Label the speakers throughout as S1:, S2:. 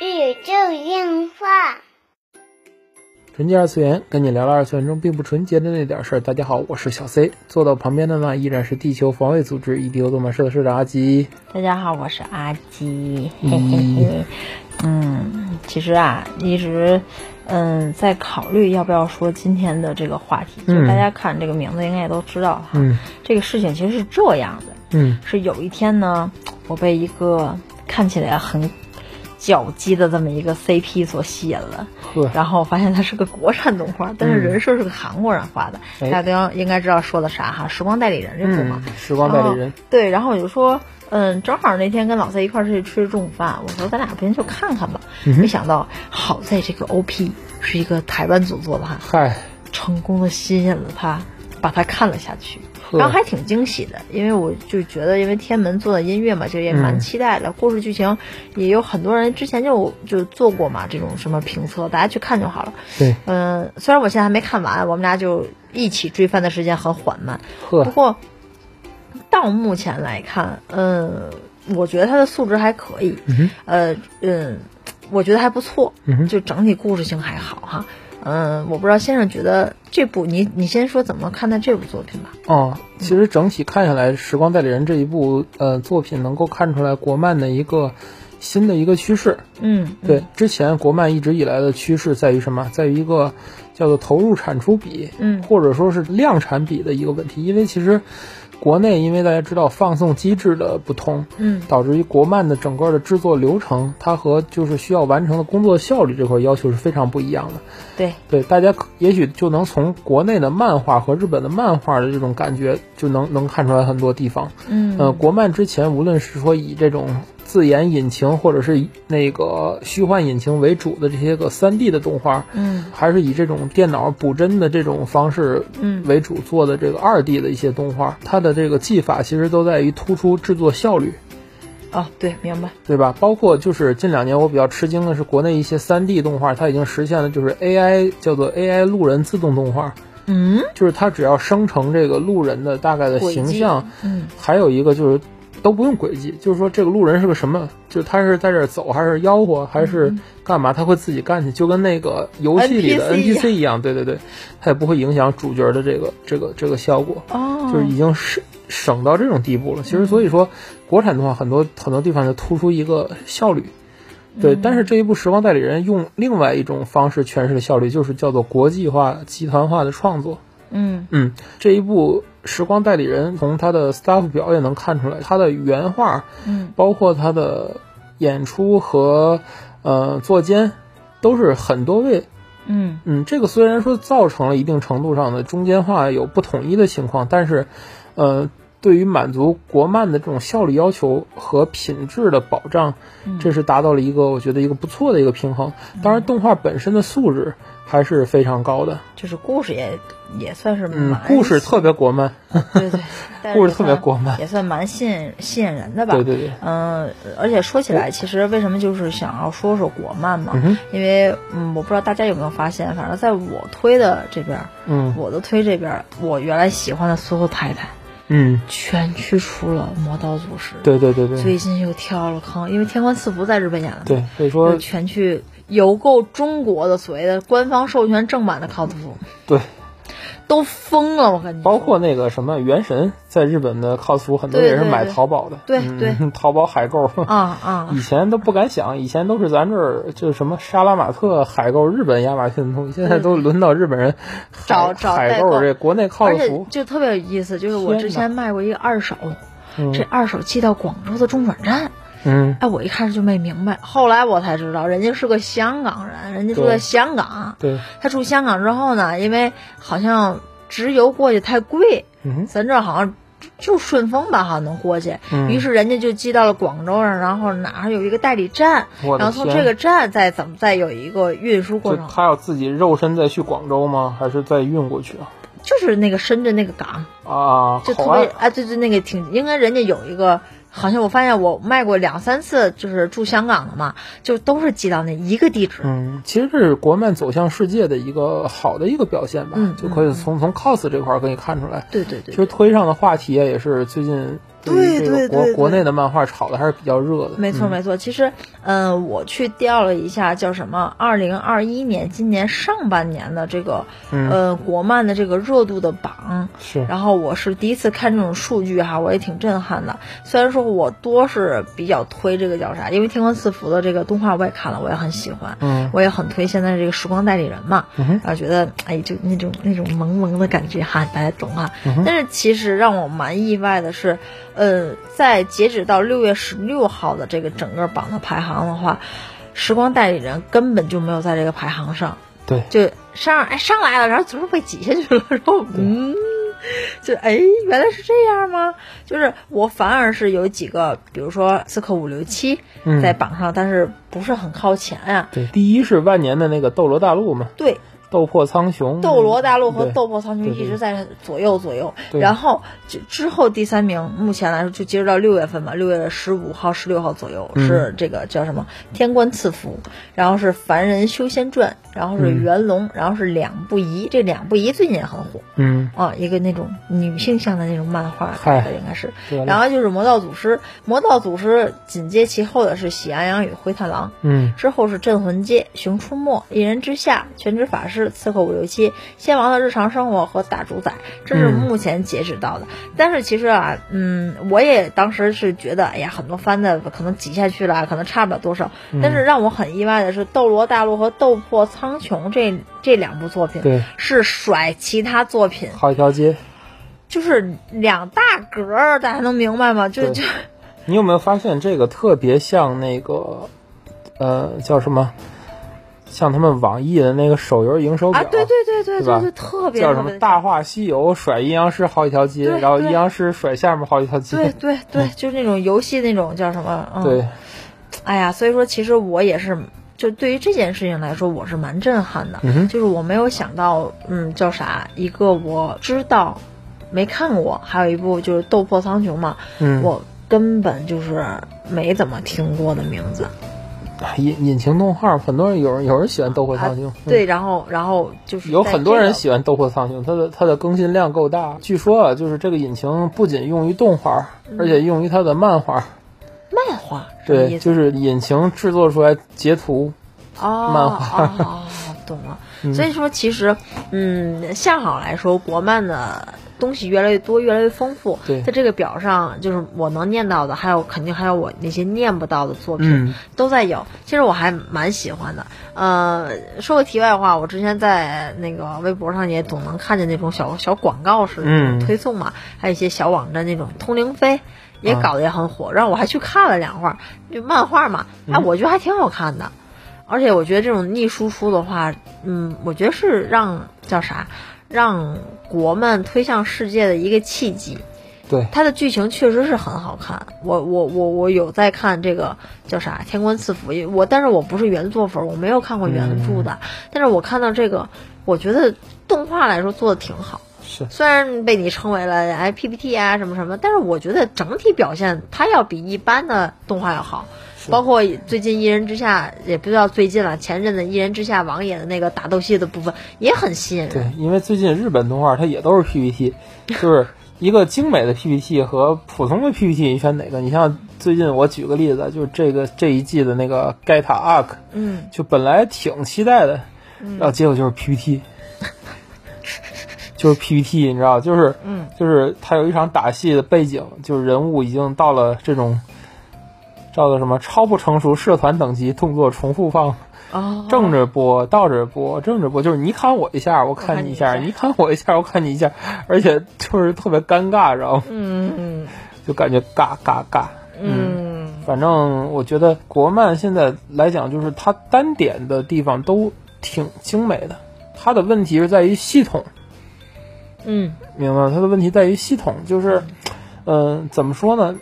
S1: 宇宙硬化。
S2: 纯洁二次元，跟你聊聊二次元中并不纯洁的那点事儿。大家好，我是小 C，坐到旁边的呢依然是地球防卫组织 EDO 动漫社的社长阿吉。
S3: 大家好，我是阿基，嘿嘿嘿。嗯，其实啊，一直嗯在考虑要不要说今天的这个话题。就
S2: 嗯
S3: 大家看这个名字应该也都知道哈，
S2: 嗯
S3: 这个事情其实是这样的，
S2: 嗯
S3: 是有一天呢，我被一个看起来很脚鸡的这么一个 CP 所吸 引了，
S2: 呵，
S3: 然后发现它是个国产动画，但是
S2: 嗯
S3: 人设是个韩国人画的，
S2: 哎
S3: 大家都应该知道说的啥哈，《时光代理人》这部嘛
S2: 嗯，，时光代理人
S3: 然后，对，然后我就说，嗯，正好那天跟老 C 一块儿去吃中午饭，我说咱俩不行就看看吧。
S2: 嗯哼
S3: 没想到，好在这个 OP 是一个台湾组做的哈，
S2: 嗨，
S3: 成功的吸引了他，把他看了下去。
S2: 呵
S3: 然后还挺惊喜的，因为我就觉得，因为天门做的音乐嘛，就也蛮
S2: 嗯
S3: 期待的。故事剧情也有很多人之前就就做过嘛，这种什么评测，大家去看就好了。
S2: 对，
S3: 嗯，虽然我现在还没看完，我们俩就一起追番的时间很缓慢，不
S2: 呵，
S3: 过到目前来看，嗯，我觉得他的素质还可以，
S2: 嗯哼
S3: 呃，嗯，我觉得还不错，
S2: 嗯哼
S3: 就整体故事性还好哈。嗯，我不知道先生觉得这部你你先说怎么看待这部作品吧。
S2: 哦，其实整体看下来，《时光代理人》这一部呃作品能够看出来国漫的一个新的一个趋势。
S3: 嗯，
S2: 对，之前国漫一直以来的趋势在于什么？在于一个叫做投入产出比，
S3: 嗯
S2: 或者说是量产比的一个问题。因为其实国内，因为大家知道放送机制的不同，
S3: 嗯
S2: 导致于国漫的整个的制作流程，它和就是需要完成的工作效率这块要求是非常不一样的。
S3: 对，
S2: 对，大家可也许就能从国内的漫画和日本的漫画的这种感觉，就能能看出来很多地方。
S3: 嗯
S2: 呃，国漫之前无论是说以这种自研引擎或者是以那个虚幻引擎为主的这些个3 D 的动画，
S3: 嗯
S2: 还是以这种电脑补帧的这种方式
S3: 嗯
S2: 为主做的这个2 D 的一些动画，它的这个技法其实都在于突出制作效率。
S3: 哦，对，明白，
S2: 对吧？包括就是近两年我比较吃惊的是，国内一些3 D 动画，它已经实现了就是 AI 叫做 AI 路人自动动画，
S3: 嗯
S2: 就是它只要生成这个路人的大概的
S3: 轨迹
S2: 形象，
S3: 嗯
S2: 还有一个就是都不用轨迹，就是说这个路人是个什么，就是他是在这儿走还是吆喝还是
S3: 嗯
S2: 干嘛，他会自己干去，就跟那个游戏里的
S3: NPC 一样
S2: NPC 一样，对对对，他也不会影响主角的这个这个这个效果，
S3: 哦，
S2: 就是已经省省到这种地步了。其实所以说，国产动画很多很多地方就突出一个效率。对，
S3: 嗯
S2: 但是这一部《时光代理人》用另外一种方式诠释了效率，就是叫做国际化、集团化的创作。
S3: 嗯
S2: 嗯，这一部《时光代理人》从他的 staff 表也能看出来，他的原画，
S3: 嗯
S2: 包括他的演出和呃作监，都是很多位。
S3: 嗯
S2: 嗯，这个虽然说造成了一定程度上的中间化有不统一的情况，但是，呃，对于满足国漫的这种效率要求和品质的保障，这是达到了一个我觉得一个不错的一个平衡。当然，动画本身的素质还是非常高的。
S3: 就是故事也也算是
S2: 嗯
S3: 蛮，
S2: 故事特别国漫。
S3: 对对，但哎是
S2: 故
S3: 也
S2: 事特别
S3: 算
S2: 广泛
S3: 也算蛮吸引吸引人的吧。
S2: 对对对。
S3: 嗯，而且说起来，其实为什么就是想要说说国漫嘛？
S2: 嗯哼
S3: 因为嗯，我不知道大家有没有发现，反正在我推的这边，
S2: 嗯
S3: 我的推这边，我原来喜欢的所有太太
S2: 嗯，
S3: 全去除了《魔道祖师》，
S2: 对对对对
S3: 最近又跳了坑，因为《天官赐福》在日本演了嘛，
S2: 对，所以
S3: 就
S2: 说
S3: 全去邮购中国的所谓的官方授权正版的 cosplay，
S2: 对，
S3: 都疯了，我跟你说
S2: 包括那个什么《原神》在日本的 cos 服，很多
S3: 对
S2: 也是
S3: 对
S2: 买
S3: 对
S2: 淘宝的，
S3: 对
S2: 嗯
S3: 对
S2: 淘宝海购。
S3: 啊啊，
S2: 以前都不敢想，以前都是咱这儿就什么沙拉马特海购日本亚马逊的东西，现在都轮到日本人海
S3: 嗯找找
S2: 海
S3: 代
S2: 购
S3: 购
S2: 这国内
S3: 而
S2: cos
S3: 且
S2: 服，
S3: 就特别有意思，就是我
S2: 天
S3: 之
S2: 哪
S3: 前卖过一个二手，
S2: 嗯
S3: 这二手寄到广州的中转站，
S2: 嗯，
S3: 哎，我一开始就没明白，后来我才知道，人家是个香港人，人家住
S2: 对
S3: 在香港，
S2: 对，
S3: 他住香港之后呢，因为好像直邮过去太贵，
S2: 嗯
S3: 咱这儿好像就顺丰吧，好像能过去，
S2: 嗯
S3: 于是人家就寄到了广州上，然后哪儿有一个代理站，
S2: 我的
S3: 然后从
S2: 天
S3: 这个站再怎么再有一个运输过
S2: 就
S3: 程，
S2: 他要自己肉身再去广州吗？还是再运过去啊？
S3: 就是那个深圳那个港。
S2: 啊，
S3: 就特
S2: 好啊
S3: 别，哎，对对，那个挺应该人家有一个，好像我发现我卖过两三次，就是住香港的嘛，就都是寄到那一个地址。
S2: 嗯，其实这是国漫走向世界的一个好的一个表现吧，
S3: 嗯
S2: 就可以从从 cos 这块儿可以看出来。
S3: 对对对
S2: 其，实推上的话题啊也是最近于这
S3: 对
S2: 个
S3: 对
S2: 国
S3: 对
S2: 国
S3: 对
S2: 内的漫画炒的还是比较热的。
S3: 没错，没错。其实，嗯、我去调了一下，叫什么？二零二一年，今年上半年的这个，
S2: 嗯
S3: 呃，国漫的这个热度的榜。
S2: 是
S3: 然后我是第一次看这种数据哈、我也挺震撼的。虽然说我多是比较推这个叫啥，因为《天官赐福》的这个动画我也看了，我也很喜欢，
S2: 嗯
S3: 我也很推现在这个《时光代理人》嘛，
S2: 嗯哼
S3: 然后觉得哎，就那种那种萌萌的感觉哈、大家懂哈、啊
S2: 嗯哼
S3: 但是其实让我蛮意外的是，呃，在截止到六月十六号的这个整个榜的排行的话，《时光代理人》根本就没有在这个排行上。
S2: 对
S3: 就上哎上来了，然后总是被挤下去了，然后
S2: 啊
S3: 嗯，就哎原来是这样吗？就是我反而是有几个，比如说刺客伍六七
S2: 嗯
S3: 在榜上，但是不是很靠前啊。
S2: 对，第一是万年的那个《斗罗大陆》嘛，
S3: 对，
S2: 《斗破苍穹》。
S3: 斗罗大陆和
S2: 嗯对
S3: 斗破苍穹
S2: 对对
S3: 一直在左右左右，
S2: 对
S3: 然后之之后第三名，目前来说就截止到六月份吧，六月十五号、十六号左右
S2: 嗯
S3: 是这个叫什么《天官赐福》，然后是《凡人修仙传》，然后是《
S2: 嗯
S3: 元龙》，然后是《两不疑》，这《两不疑》最近也很火
S2: 嗯，
S3: 啊，一个那种女性向的那种漫画，
S2: 嗨
S3: 应该是，
S2: 对
S3: 然
S2: 后
S3: 后就是《魔道祖师》，《魔道祖师》紧接其后的是《喜羊羊与灰太狼》，
S2: 嗯
S3: 之后是《镇魂街》《熊出没》《一人之下》《全职法师》《刺客伍六七》《仙王的日常生活》和《大主宰》，这是
S2: 嗯
S3: 目前截止到的。但是其实啊，嗯，我也当时是觉得，哎呀，很多番的可能挤下去了，可能差不了多少。
S2: 嗯
S3: 但是让我很意外的是，《斗罗大陆》和《斗破苍穹》这这两部作品
S2: 对，
S3: 是甩其他作品，
S2: 好一条街。
S3: 就是两大格儿，大家能明白吗？就
S2: 对
S3: 就
S2: 你有没有发现这个特别像那个，呃，叫什么？像他们网易的那个手游营收表，
S3: 啊，对对对对
S2: 对吧
S3: 对，就特别
S2: 叫
S3: 特
S2: 什么
S3: 别
S2: 《
S3: 地
S2: 大话西游》甩阴阳师好几条街，
S3: 对
S2: 然后
S3: 对
S2: 阴阳师甩下面好几条街。
S3: 对对对，就是那种游戏那种叫什么？嗯、
S2: 对，
S3: 哎呀，所以说其实我也是，就对于这件事情来说，我是蛮震撼的。
S2: 嗯哼
S3: 就是我没有想到，嗯，叫啥？一个我知道没看过，还有一部就是《斗破苍穹》嘛，
S2: 嗯，
S3: 我根本就是没怎么听过的名字。
S2: 嗯引引擎动画，很多人有人有人喜欢《斗破
S3: 啊
S2: 苍穹》，嗯
S3: 对，然后然后就是
S2: 有
S3: 在
S2: 很多
S3: 这
S2: 人
S3: 个
S2: 喜欢《斗破苍穹》，它的它的更新量够大。据说啊，就是这个引擎不仅用于动画，
S3: 嗯
S2: 而且用于它的漫画。
S3: 漫画，什么意
S2: 对，
S3: 思？
S2: 就是引擎制作出来截图。
S3: 哦，
S2: 漫画
S3: 哦哦哦懂了。所以说，其实，嗯，向好来说，国漫的东西越来越多，越来越丰富。
S2: 对
S3: 在这个表上，就是我能念到的，还有肯定还有我那些念不到的作品，
S2: 嗯
S3: 都在有。其实我还蛮喜欢的。呃，说个题外话，我之前在那个微博上也总能看见那种小小广告式的那种
S2: 嗯
S3: 推送嘛，还有一些小网站那种《通灵飞》。也
S2: 啊
S3: 搞得也很火，然后我还去看了两画，就漫画嘛，
S2: 嗯
S3: 哎，我觉得还挺好看的。而且我觉得这种逆输出的话，嗯，我觉得是让叫啥，让国漫推向世界的一个契机。
S2: 对，
S3: 它的剧情确实是很好看，我我我我有在看这个叫啥《天官赐福》，也我但是我不是原作粉，我没有看过原著的，但是我看到这个，我觉得动画来说做的挺好。
S2: 是
S3: 虽然被你称为了哎 PPT 啊什么什么，但是我觉得整体表现它要比一般的动画要好。包括最近《一人之下》，也不叫最近了，前阵子《一人之下》王爷的那个打斗戏的部分也很吸引人。
S2: 对，因为最近日本动画它也都是 PPT，就是一个精美的 PPT 和普通的 PPT，你选哪个？你像最近我举个例子，就是这个这一季的那个盖塔 Arc，
S3: 嗯，
S2: 就本来挺期待的，然后结果就是 PPT，、就是 PPT，你知道，就是
S3: 嗯
S2: 就是它有一场打戏的背景，就是人物已经到了这种。到了什么超不成熟社团等级，动作重复放，
S3: 哦，
S2: 正着播，倒着播，正着播，就是你砍我一下，我砍你一下，
S3: 我砍你
S2: 你砍我一下，我砍你一下， 而且就是特别尴尬，然后
S3: 嗯嗯
S2: 就感觉尬尬尬。
S3: 嗯
S2: 反正我觉得国漫现在来讲，就是它单点的地方都挺精美的，它的问题是在于系统，
S3: 嗯
S2: 明白吗？它的问题在于系统，就是，嗯、怎么说呢？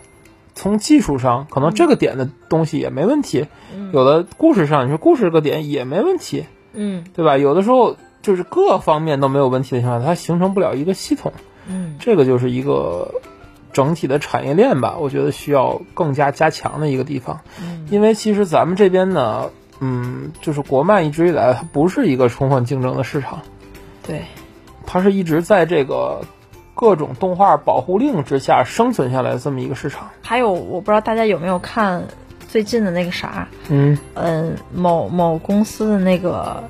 S2: 从技术上，可能
S3: 嗯
S2: 这个点的东西也没问题，有的故事上，你说故事这个点也没问题，
S3: 嗯
S2: 对吧？有的时候就是各方面都没有问题的情况下，它形成不了一个系统，
S3: 嗯
S2: 这个就是一个整体的产业链吧，我觉得需要更加加强的一个地方。因为其实咱们这边呢，嗯，就是国漫一直以来它不是一个充分竞争的市场，
S3: 对，
S2: 它是一直在这个各种动画保护令之下生存下来的这么一个市场。
S3: 还有，我不知道大家有没有看最近的那个啥，
S2: 嗯
S3: 嗯，某某公司的那个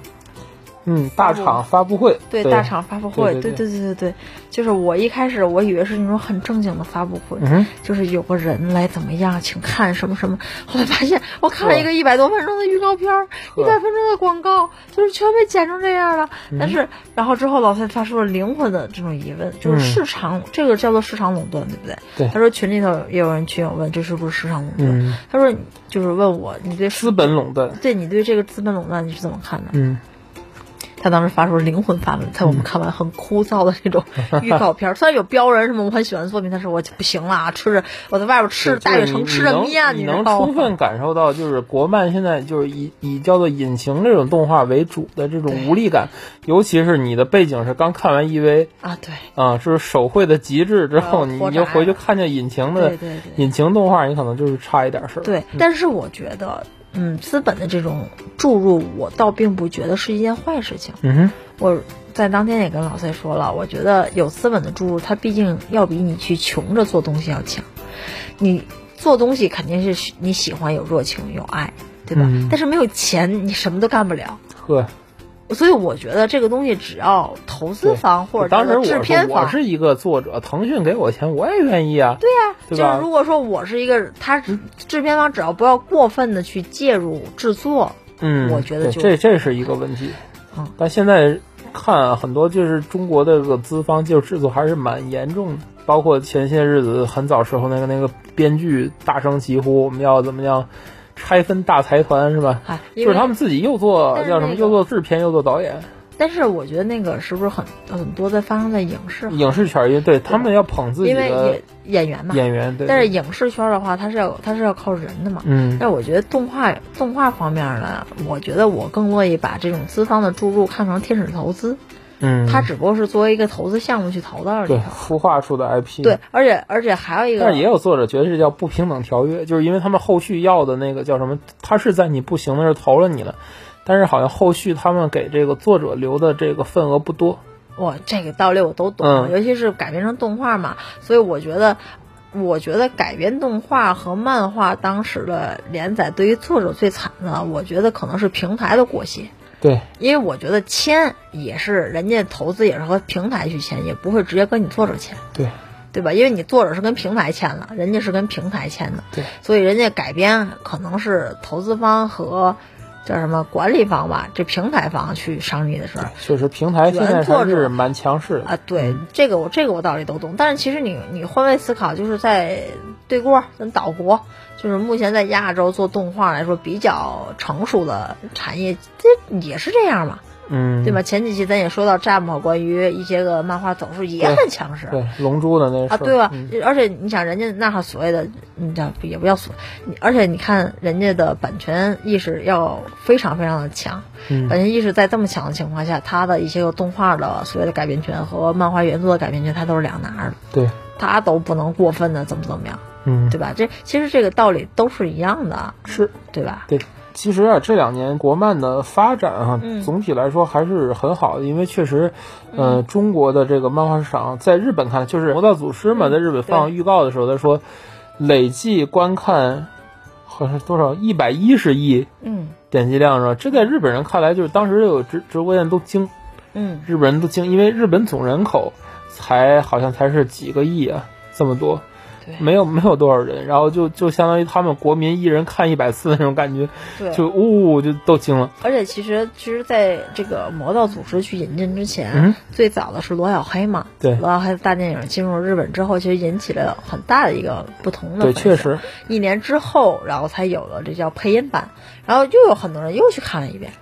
S2: 嗯，大厂发布会，
S3: 对大厂发布会，
S2: 对对
S3: 对对对对对，就是我一开始我以为是那种很正经的发布会，
S2: 嗯哼，
S3: 就是有个人来怎么样，请看什么什么。后来发现我看了一个一百多分钟的预告片儿，一百分钟的广告，就是全被剪成这样了。
S2: 嗯
S3: 但是，然后之后老蔡发出了灵魂的这种疑问，就是
S2: 嗯
S3: 市场、这个叫做市场垄断，对不对？
S2: 对
S3: 他说群里头也有人群友问这是不是市场垄断，
S2: 嗯，
S3: 他说就是问我你对
S2: 资本垄断，
S3: 对你对这个资本垄断你是怎么看的？
S2: 嗯，
S3: 他当时发出了灵魂发问，在我们看完很枯燥的那种预告片 儿，虽然有标人什么我很喜欢的作品，但是我就不行啦，吃着我在外边吃着大悦城吃着面，
S2: 你
S3: 知
S2: 能
S3: 道
S2: 充
S3: 吗？
S2: 分感受到，就是国漫现在就是以以叫做隐形这种动画为主的这种无力感，尤其是你的背景是刚看完 EV
S3: 啊，对
S2: 啊，是手绘的极致之后，
S3: 然后
S2: 你
S3: 拖
S2: 你就
S3: 拽
S2: 回去看见隐形的
S3: 对对对
S2: 隐形动画，你可能就是差一点事儿。
S3: 对，但是我觉得，嗯，资本的这种注入，我倒并不觉得是一件坏事情。
S2: 嗯哼，
S3: 我在当天也跟老崔说了，我觉得有资本的注入，它毕竟要比你去穷着做东西要强。你做东西肯定是喜你喜欢有热情有爱，对吧？
S2: 嗯
S3: 但是没有钱，你什么都干不了。
S2: 呵，
S3: 所以我觉得这个东西，只要投资方或者
S2: 当时
S3: 叫做
S2: 我
S3: 制
S2: 说
S3: 片
S2: 我
S3: 方，
S2: 是一个作者，腾讯给我钱我也愿意啊。对呀、对
S3: 就是
S2: 吧？
S3: 如果说我是一个，他制片方只要不要过分的去介入制作，
S2: 嗯，
S3: 我觉得
S2: 对
S3: 就
S2: 这这是一个问题。
S3: 嗯
S2: 但现在看啊很多就是中国的这个资方就制作还是蛮严重的，包括前些日子很早时候那个那个编剧大声疾呼我们要怎么样拆分大财团是吧？
S3: 哎，因
S2: 就
S3: 为
S2: 是他们自己又做
S3: 但是
S2: 叫什么
S3: 那个
S2: 又做制片又做导演，
S3: 但是我觉得那个是不是很很多在发生在影视行，
S2: 影视圈儿也对他们要捧自己
S3: 因为
S2: 的
S3: 演演员嘛。
S2: 演员，对，
S3: 但是
S2: 对
S3: 影视圈的话，它是要它是要靠人的嘛。
S2: 嗯
S3: 但是我觉得动画动画方面呢，我觉得我更乐意把这种资方的注入看成天使投资，
S2: 嗯，
S3: 它只不过是作为一个投资项目去投到里
S2: 对
S3: 头。
S2: 孵化出的 IP
S3: 对，而且而且还有一个，
S2: 但是也有作者觉得这叫不平等条约，就是因为他们后续要的那个叫什么，他是在你不行的时候投了你了，但是好像后续他们给这个作者留的这个份额不多。
S3: 我这个道理我都懂，啊
S2: 嗯
S3: 尤其是改编成动画嘛，所以我觉得，我觉得改编动画和漫画当时的连载对于作者最惨的，我觉得可能是平台的裹挟，
S2: 对，
S3: 因为我觉得签也是人家投资也是和平台去签，也不会直接跟你作者签，
S2: 对，
S3: 对吧？因为你作者是跟平台签了，人家是跟平台签的，
S2: 对，
S3: 所以人家改编可能是投资方和叫什么管理方吧，这平台方去商议的事儿。
S2: 确实平台现在还是蛮强势的。
S3: 啊，对，这个我这个我道理都懂，但是其实你你换位思考，就是在对过儿跟岛国，就是目前在亚洲做动画来说比较成熟的产业，这也是这样嘛，
S2: 嗯，
S3: 对吧？？前几期咱也说到詹姆关于一些个漫画走势也
S2: 对
S3: 很强势。
S2: 对，龙珠的那事
S3: 啊，
S2: 儿
S3: 对吧？
S2: 嗯
S3: 而且你想，人家那哈所谓的，你叫也不叫所，你而且你看人家的版权意识要非常非常的强，
S2: 嗯
S3: 本身意识在这么强的情况下，它的一些个动画的所谓的改编权和漫画原作的改编权，它都是两拿的，
S2: 对，
S3: 它都不能过分的怎么怎么样，
S2: 嗯，
S3: 对吧？这其实这个道理都是一样的，
S2: 是。
S3: 对吧？
S2: 对，其实啊，这两年国漫的发展啊，
S3: 嗯
S2: 总体来说还是很好的，因为确实，呃，中国的这个漫画市场在日本看，就是《魔道祖师》嘛，在日本放预告的时候，他说累计观看好像是多少一百一十亿
S3: 嗯
S2: 点击量是吧？这在日本人看来，就是当时有直直播间都惊，
S3: 嗯，
S2: 日本人都惊，因为日本总人口才好像才是几个亿啊，这么多
S3: 对。
S2: 没有没有多少人，然后就就相当于他们国民一人看一百次那种感觉，
S3: 对。
S2: 就呜、就都惊了。
S3: 而且其实其实，在这个魔道祖师去引进之前，
S2: 嗯
S3: 最早的是罗小黑嘛，
S2: 对
S3: 罗小黑的大电影进入日本之后，其实引起了很大的一个不同的
S2: 对，
S3: 反响。
S2: 确实，
S3: 一年之后，然后才有了这叫配音版，然后又有很多人又去看了一遍，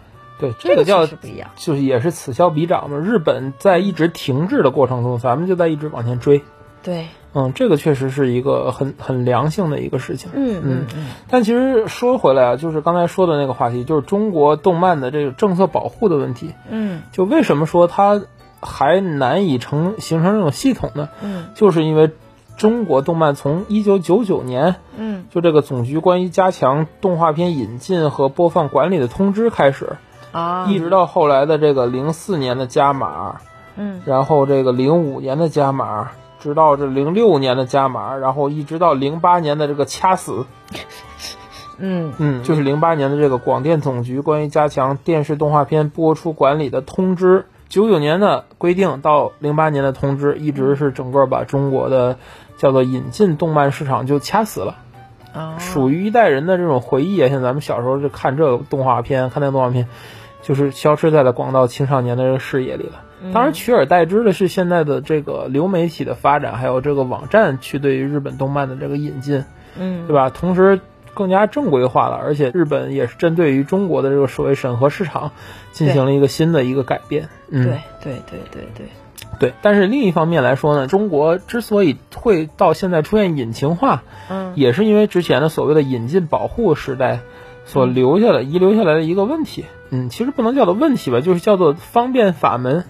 S2: 对这
S3: 这
S2: 个叫
S3: 其实不一样。
S2: 就是也是此消彼长嘛。日本在一直停滞的过程中，咱们就在一直往前追。
S3: 对，
S2: 嗯，这个确实是一个很很良性的一个事情。
S3: 嗯
S2: 嗯但其实说回来啊，就是刚才说的那个话题，就是中国动漫的这个政策保护的问题。
S3: 嗯
S2: 就为什么说它还难以成形成这种系统呢？
S3: 嗯
S2: 就是因为中国动漫从一九九九年
S3: 嗯
S2: 就这个总局关于加强动画片引进和播放管理的通知开始，
S3: 啊，
S2: 一直到后来的这个零四年的加码，
S3: 嗯
S2: 然后这个零五年的加码，直到这零六年的加码，然后一直到零八年的这个掐死，
S3: 嗯
S2: 嗯，就是零八年的这个广电总局关于加强电视动画片播出管理的通知，九九年的规定到零八年的通知，一直是整个把中国的叫做引进动漫市场就掐死了。
S3: 啊，
S2: 属于一代人的这种回忆啊，像咱们小时候就看这个动画片、看那个动画片，就是消失在了广大青少年的这个视野里了。
S3: 嗯
S2: 当然，取而代之的是现在的这个流媒体的发展，还有这个网站去对于日本动漫的这个引进，
S3: 嗯
S2: 对吧？同时更加正规化了，而且日本也是针对于中国的这个所谓审核市场进行了一个新的一个改变。嗯，
S3: 对对对对对，
S2: 对，但是另一方面来说呢，中国之所以会到现在出现引擎化，
S3: 嗯，
S2: 也是因为之前的所谓的引进保护时代所留下的、遗留下来的一个问题。嗯，其实不能叫做问题吧，就是叫做方便法门。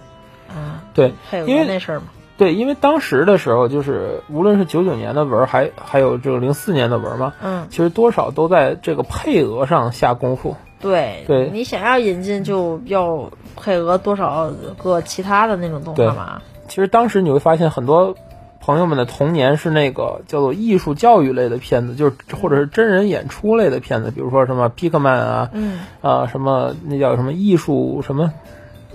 S3: 啊，
S2: 对，
S3: 还有
S2: 因为
S3: 那事儿嘛，
S2: 对，因为当时的时候，就是无论是九九年的文儿，还还有这个零四年的文儿嘛，
S3: 嗯，
S2: 其实多少都在这个配额上下功夫。
S3: 对
S2: 对
S3: 你想要引进就要配额多少个其他的那种动
S2: 对
S3: 画嘛，
S2: 其实当时你会发现，很多朋友们的童年是那个叫做艺术教育类的片子，就是或者是真人演出类的片子，比如说什么《皮克曼》啊，
S3: 嗯，
S2: 啊什么那叫什么艺术什么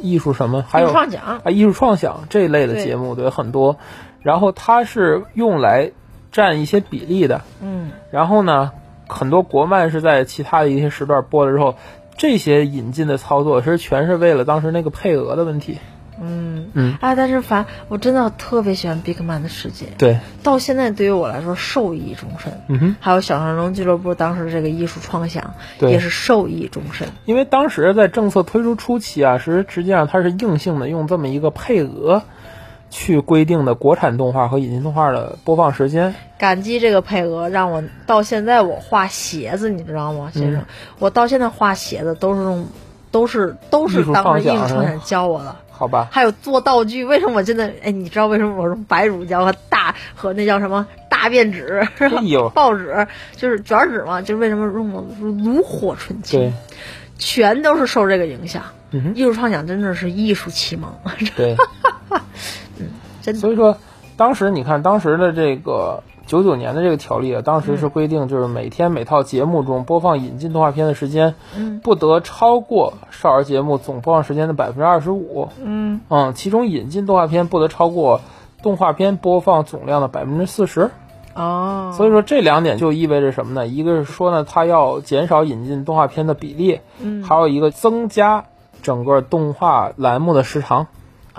S2: 艺术什么，还
S3: 艺
S2: 有
S3: 术创奖，
S2: 啊，艺术创想这一类的
S3: 对
S2: 节目，对，很多。然后它是用来占一些比例的。
S3: 嗯
S2: 然后呢，很多国漫是在其他的一些时段播了之后，这些引进的操作其实全是为了当时那个配额的问题。
S3: 嗯
S2: 嗯
S3: 啊，但是反我真的特别喜欢《Big Man 的世界》，
S2: 对，
S3: 到现在对于我来说受益终身。
S2: 嗯哼，
S3: 还有小长龙俱乐部当时这个艺术创想
S2: 对
S3: 也是受益终身。
S2: 因为当时在政策推出初期啊，实实际上它是硬性的用这么一个配额。去规定的国产动画和引进动画的播放时间，
S3: 感激这个配额，让我到现在我画鞋子，你知道吗，先
S2: 嗯
S3: 生？我到现在画鞋子都是用，都是都是
S2: 艺术
S3: 当
S2: 创
S3: 时艺
S2: 想
S3: 术创
S2: 是
S3: 想教我的。
S2: 好吧？
S3: 还有做道具，为什么我真的？哎，你知道为什么我用白乳胶和大和那叫什么大便纸、
S2: 哎呦，
S3: 报纸，就是卷纸嘛？就是为什么用的炉火纯
S2: 对
S3: 青，，全都是受这个影响。
S2: 嗯哼
S3: 艺术创想真的是艺术启蒙，
S2: 对，
S3: 真的。
S2: 所以说，当时你看当时的这个九九年的这个条例啊，当时是规定就是每天每套节目中播放引进动画片的时间，
S3: 嗯
S2: 不得超过少儿节目总播放时间的百分之二十五，
S3: 嗯
S2: 嗯，其中引进动画片不得超过。动画片播放总量的百分之四十，
S3: 哦，
S2: 嗯所以说这两点就意味着什么呢？一个是说呢，它要减少引进动画片的比例，
S3: 嗯
S2: 还有一个增加整个动画栏目的时长。
S3: 哦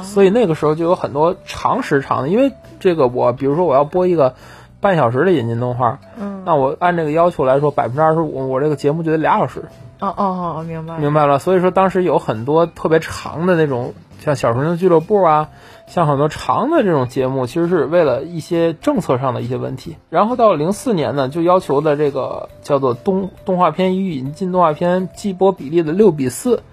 S2: 所以那个时候就有很多长时长的，因为这个我比如说我要播一个半小时的引进动画，
S3: 嗯
S2: 那我按这个要求来说，百分之二十五，我这个节目就得俩小时，
S3: 哦哦哦，明白了。
S2: 明白了？所以说当时有很多特别长的那种，像《小神的俱乐部》啊，像很多长的这种节目，其实是为了一些政策上的一些问题。然后到零四年呢，就要求的这个叫做动动画片与引进动画片季播比例的六比四，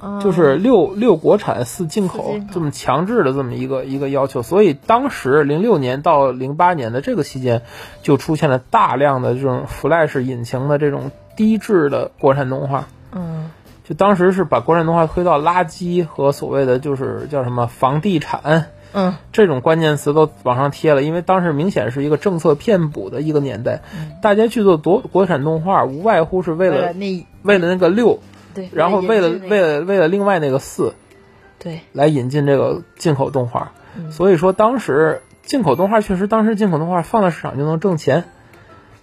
S3: 嗯
S2: 就是六六国产四进口
S3: 四进口
S2: 这么强制的这么一个一个要求，所以当时零六年到零八年的这个期间，就出现了大量的这种 Flash 引擎的这种低质的国产动画，
S3: 嗯
S2: 就当时是把国产动画推到垃圾和所谓的就是叫什么房地产
S3: 嗯
S2: 这种关键词都往上贴了，因为当时明显是一个政策骗补的一个年代，大家去做国国产动画，无外乎是为
S3: 嗯为了
S2: 了
S3: 那
S2: 为了那个六，
S3: 对，
S2: 然后为了
S3: 引进那个
S2: 为了为了另外那个四。
S3: 对
S2: 来引进这个进口动画。
S3: 嗯
S2: 所以说，当时进口动画确实，当时进口动画放在市场就能挣钱。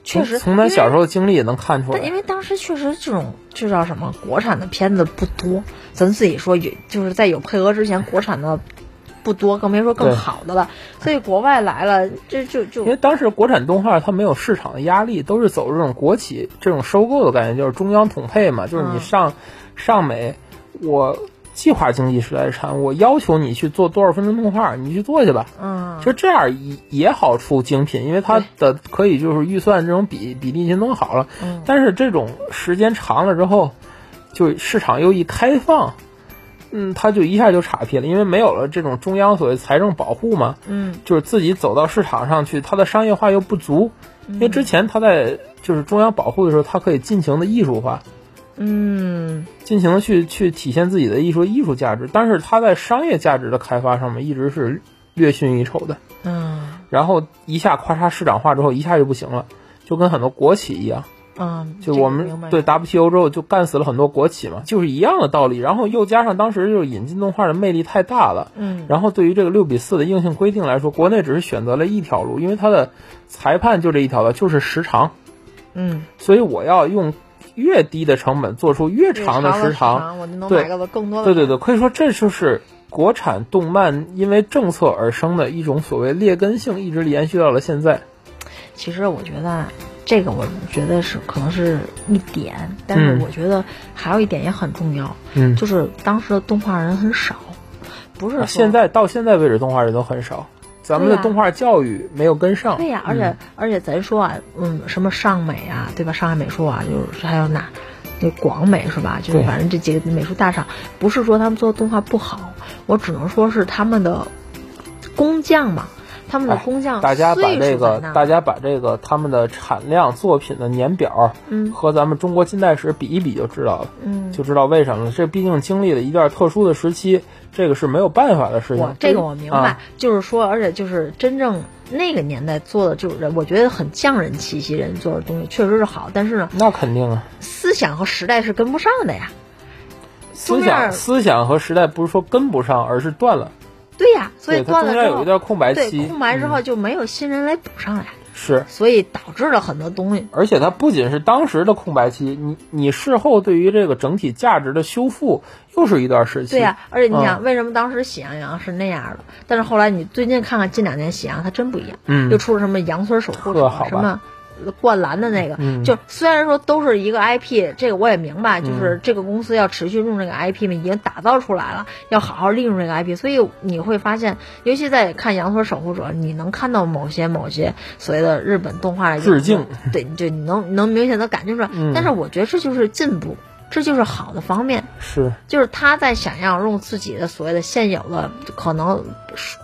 S3: 确实
S2: 从从咱
S3: 因为
S2: 小时候的经历也能看出
S3: 但因
S2: 来。
S3: 为当时确实这种就叫什么国产的片子不多，咱自己说有就是在有配额之前，国产的不多，更别说更
S2: 对
S3: 好的了。所以国外来了，这就就
S2: 因为当时国产动画它没有市场的压力，都是走这种国企这种收购的感觉，就是中央统配嘛，就是你
S3: 嗯
S2: 上、上美，我计划经济时代产物，我要求你去做多少分钟动画，你去做去吧。
S3: 嗯
S2: 其实这样也也好出精品，因为它的可以就是预算这种比比例已经弄好了。
S3: 嗯
S2: 但是这种时间长了之后，就市场又一开放，嗯，它就一下就岔劈了，因为没有了这种中央所谓财政保护嘛，
S3: 嗯
S2: 就是自己走到市场上去，它的商业化
S3: 嗯
S2: 又不足。因为之前它在就是中央保护的时候，它可以尽情的艺术化，
S3: 嗯
S2: 尽情的去去体现自己的艺术艺术价值，但是它在商业价值的开发上面一直是略逊一筹的。
S3: 嗯
S2: 然后一下咔嚓市场化之后，一下就不行了，就跟很多国企一样，
S3: 嗯，
S2: 就
S3: 这个
S2: 我
S3: 明白
S2: 们对 WTO 之后就干死了很多国企嘛，就是一样的道理。然后又加上当时就是引进动画的魅力太大了，
S3: 嗯
S2: 然后对于这个六比四的硬性规定来说，国内只是选择了一条路，因为它的裁判就这一条了，就是时长，
S3: 嗯，
S2: 所以我要用越低的成本做出越长的时长。，
S3: 我就能
S2: 对
S3: 买到更多的。
S2: 对对对，可以说这就是国产动漫因为政策而生的一种所谓劣根性，一直延续到了现在。
S3: 其实我觉得啊这个，我觉得是可能是一点，但是
S2: 嗯
S3: 我觉得还有一点也很重要，
S2: 嗯，
S3: 就是当时的动画人很少，不是说、
S2: 啊现在到现在为止，动画人都很少，咱们的
S3: 对啊
S2: 动画教育没有跟上。哎
S3: 对呀、而且、
S2: 嗯
S3: 而且咱说啊，嗯，什么尚美啊，对吧？上海美术啊，就是还有哪，那广美是吧？就是
S2: 对
S3: 反正这几个美术大厂，不是说他们做动画不好，我只能说是他们的工匠嘛，他们的
S2: 哎
S3: 工匠、
S2: 嗯大家把这个，大
S3: 家
S2: 家把这个他们的产量、作品的年表
S3: 嗯
S2: 和咱们中国近代史比一比就知道了，
S3: 嗯，
S2: 就知道为什么了。这毕竟经历了一段特殊的时期，这个是没有办法的事
S3: 我
S2: 情。
S3: 这个我明白，
S2: 啊
S3: 就是说，而且就是真正那个年代做的，就是我觉得很匠人气息，人做的东西确实是好，但是呢，
S2: 那肯定啊，
S3: 思想和时代是跟不上的呀。
S2: 思
S3: 中间
S2: 想
S3: 儿
S2: 思想和时代不是说跟不上，而是断了。
S3: 对呀，所以
S2: 对，它
S3: 断
S2: 中
S3: 了
S2: 间有
S3: 之
S2: 一
S3: 后，
S2: 段空白
S3: 对
S2: 期，
S3: 空白之后
S2: 嗯
S3: 就没有新人来补上来，
S2: 是。
S3: 所以导致了很多东西。
S2: 而且它不仅是当时的空白期，你你事后对于这个整体价值的修复又是一嗯段时期。
S3: 对呀、而且你想，为什么当时喜羊羊是那样的？但是后来你最近看看近两年喜羊羊它真不一样，
S2: 嗯
S3: 又，出了什么羊村守护者
S2: 呵好吧
S3: 什么。灌篮的那个，
S2: 嗯
S3: 就虽然说都是一个 IP，这个我也明白，
S2: 嗯
S3: 就是这个公司要持续用这个 IP 嘛，已经打造出来了，要好好利用这个 IP。所以你会发现，尤其在看《羊村守护者》，你能看到某些某些所谓的日本动画的影子
S2: 致敬，
S3: 对，就你能能明显的感觉出来。
S2: 嗯
S3: 但是我觉得这就是进步，这就是好的方面。
S2: 是
S3: 就是他在想要用自己的所谓的现有的可能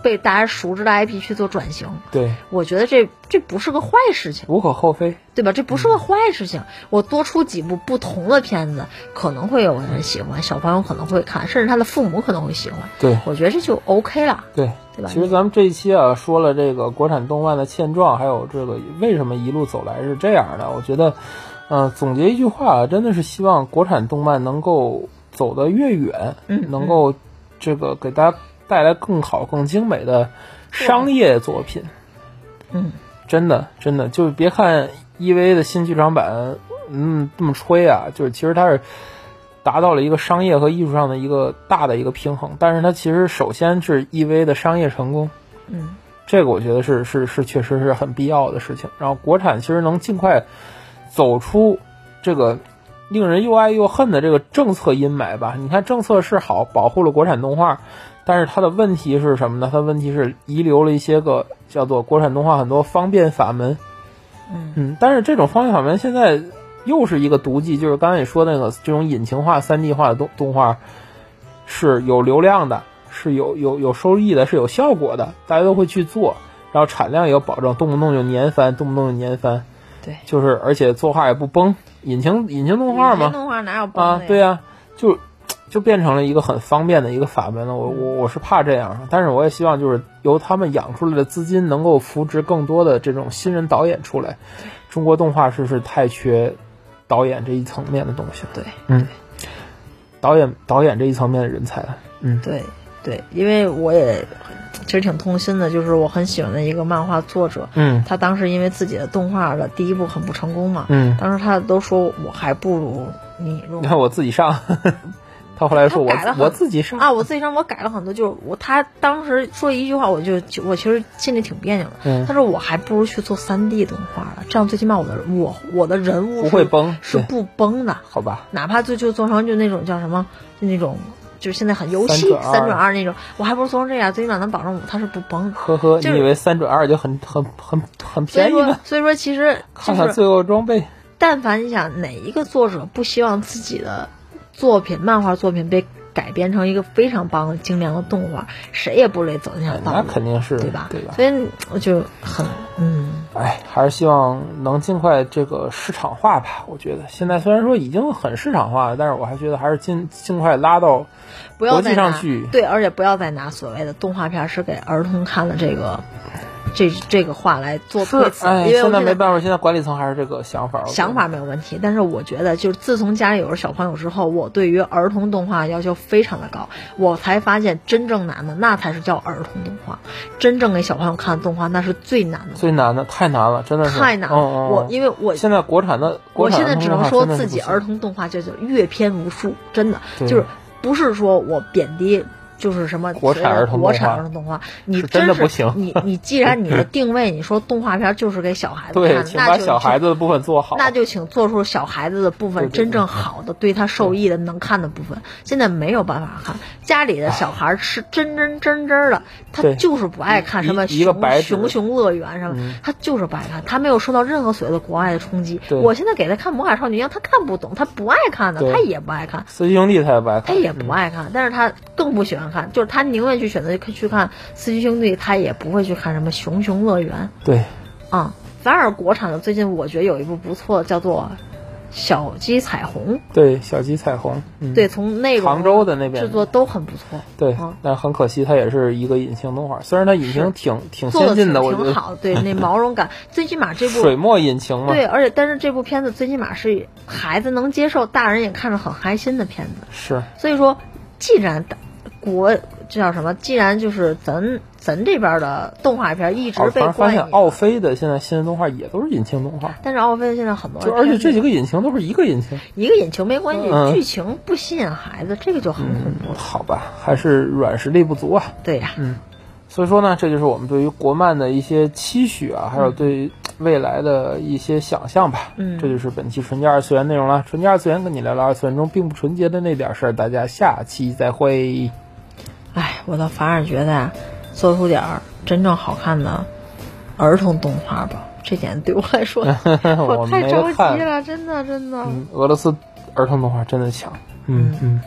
S3: 被大家熟知的 IP 去做转型，
S2: 对，
S3: 我觉得这这不是个坏事情，
S2: 无可厚非。
S3: 对吧？这不是个坏事情。我多出几部不同的片子，可能会有人喜欢，小朋友可能会看，甚至他的父母可能会喜欢。
S2: 对
S3: 我觉得这就 OK 了，
S2: 对，
S3: 对吧？
S2: 其实咱们这一期啊，说了这个国产动漫的现状，还有这个为什么一路走来是这样的。我觉得，呃，总结一句话啊，真的是希望国产动漫能够走得越远，
S3: 嗯
S2: 能够这个给大家带来更好、更精美的商业作品。
S3: 嗯，
S2: 真的，真的，就是别看 EVA 的新剧场版，嗯，这么吹啊，就是其实它是达到了一个商业和艺术上的一个大的一个平衡，但是它其实首先是 EVA 的商业成功，
S3: 嗯，
S2: 这个我觉得是是是确实是很必要的事情。然后国产其实能尽快走出这个令人又爱又恨的这个政策阴霾吧。你看政策是好，保护了国产动画，但是它的问题是什么呢？它的问题是遗留了一些个叫做国产动画很多方便法门。
S3: 嗯
S2: 但是这种方便法门现在又是一个毒剂，就是刚才你说那个这种引擎化、三 D 化的动动画是有流量的，是有有有收益的，是有效果的，大家都会去做，然后产量也有保证，动不动就年番，动不动就年番。
S3: 对
S2: 就是而且作画也不崩，引擎引擎动画嘛，
S3: 动画哪有崩
S2: 啊
S3: 的呀？，
S2: 对呀、就就变成了一个很方便的一个法门了。我我我是怕这样，啊但是我也希望就是由他们养出来的资金能够扶植更多的这种新人导演出来。中国动画是是太缺导演这一层面的东西了，
S3: 对，
S2: 嗯，导演导演这一层面的人才了，嗯，
S3: 对对，因为我也其实挺痛心的，就是我很喜欢的一个漫画作者，
S2: 嗯
S3: 他当时因为自己的动画的第一部很不成功嘛，
S2: 嗯，
S3: 当时他都说我还不如你用
S2: 你看我自己上， 他后来说我
S3: 他改了很
S2: 我自己上，
S3: 啊，我自己上我改了很多，就是我他当时说一句话，我就就我其实心里挺别扭的。
S2: 嗯
S3: 他说我还不如去做三 D 动画了，这样最起码我的我我的人物
S2: 不
S3: 是
S2: 会崩
S3: 是
S2: 对
S3: 不崩的，
S2: 好吧，
S3: 哪怕就就做成就那种叫什么就那种就是现在很游戏
S2: 3:2
S3: 三转二那种，我还不如做成这样，最起码能保证我它是不崩的。
S2: 呵呵，
S3: 就
S2: 你
S3: 是
S2: 以为三转二就很很很很
S3: 所以
S2: 便宜
S3: 说
S2: 吗？，
S3: 所以说 其实就
S2: 看看
S3: 是
S2: 最后装备，
S3: 但凡你想哪一个作者不希望自己的作品、漫画作品被改编成一个非常棒、精良的动画，谁也不累走那条道
S2: 哎那
S3: 路，
S2: 肯定是
S3: 对吧？
S2: 对吧？
S3: 所以我就很嗯，
S2: 哎，还是希望能尽快这个市场化吧。我觉得现在虽然说已经很市场化了，但是我还觉得还是尽尽快拉到
S3: 不要
S2: 国际
S3: 再
S2: 上
S3: 拿
S2: 去
S3: 对，而且不要再拿所谓的动画片是给儿童看的这个这这个话来做推
S2: 是
S3: 辞，
S2: 哎，
S3: 因为我
S2: 现在
S3: 觉
S2: 没
S3: 得
S2: 办法，现在管理层还是这个想法。我觉得
S3: 想法没有问题，但是我觉得就是自从家里有了小朋友之后，我对于儿童动画要求非常的高，我才发现真正难的那才是叫儿童动画，真正给小朋友看的动画那是最难的，
S2: 最难的太难了，真的是
S3: 太难了。
S2: 嗯嗯嗯
S3: 我因为我
S2: 现在国产的，国
S3: 我
S2: 产
S3: 现
S2: 的
S3: 在只
S2: 动
S3: 能
S2: 画
S3: 说
S2: 真的是
S3: 自己
S2: 不行
S3: 儿童动画就叫阅片无数，真的
S2: 对
S3: 就是不是说我贬低。就是什么
S2: 国产
S3: 所谓的
S2: 儿童
S3: 国
S2: 动
S3: 产
S2: 画
S3: 儿童动画，你
S2: 是真的
S3: 是
S2: 不行
S3: 你你既然你的定位，你说动画片就是给小孩子看
S2: 对，
S3: 的，
S2: 请
S3: 那
S2: 把
S3: 就
S2: 小孩子的部分做好。
S3: 那就请做出小孩子的部
S2: 对对
S3: 分真正好的，对他受益的能看的部分。现在没有办法看，家里的小孩是真真真真的，他
S2: 对
S3: 就是不爱看
S2: 一
S3: 什么
S2: 一个白
S3: 熊
S2: 纸
S3: 熊熊乐园什么
S2: 嗯，
S3: 他就是不爱看，他没有受到任何所谓的国外的冲击。
S2: 对
S3: 我现在给他看《魔法少女》一样，他看不懂，他不爱看的，
S2: 对
S3: 他也不爱看。
S2: 四驱兄弟他也不爱看，
S3: 他也不
S2: 嗯
S3: 爱看，但是他更不喜欢看，就是他宁愿去选择去看《四驱兄弟》，他也不会去看什么《熊熊乐园》。
S2: 嗯对，
S3: 啊、反而国产的最近我觉得有一部不错，叫做《小鸡彩虹》，
S2: 对，小鸡彩虹，嗯、
S3: 对，，从内容
S2: 杭州的那边
S3: 制作都很不错，
S2: 对
S3: 嗯，
S2: 但很可惜，它也是一个隐形动画，虽然它引擎挺挺
S3: 做
S2: 先
S3: 的
S2: 进
S3: 挺
S2: 的，我觉
S3: 挺
S2: 得
S3: 好， 对，那毛绒感，最起码这
S2: 水
S3: 部。
S2: 墨引擎嘛，
S3: 对，而且但是这部片子最起码是孩子能接受，大人也看着很开心的片子。
S2: 是
S3: 所以说，既然大国这叫什么？既然就是咱咱这边的动画片一直
S2: 好，
S3: 被
S2: 反正发
S3: 冠以
S2: 现，奥飞的现在新的动画也都是引擎动画，
S3: 但是奥飞现在很多
S2: 就而且
S3: 片子
S2: 这几个引擎都是一个引擎，
S3: 一个眼球没关系，
S2: 嗯
S3: 剧情不吸引孩子，这个就很恐怖了。
S2: 好吧，还是软实力不足啊。
S3: 对呀、
S2: 所以说呢，这就是我们对于国漫的一些期许啊，还有对未来的一些想象吧。
S3: 嗯
S2: 这就是本期纯洁二次元内容了。纯洁二次元跟你聊聊二次元中并不纯洁的那点事儿，大家下期再会。
S3: 哎，我倒反而觉得啊，做出点儿真正好看的儿童动画吧，这点对我来 说
S2: 我
S4: 太
S2: 没
S4: 着
S2: 得看
S4: 急，了，真的真的。
S2: 嗯，俄罗斯儿童动画真的强。嗯嗯，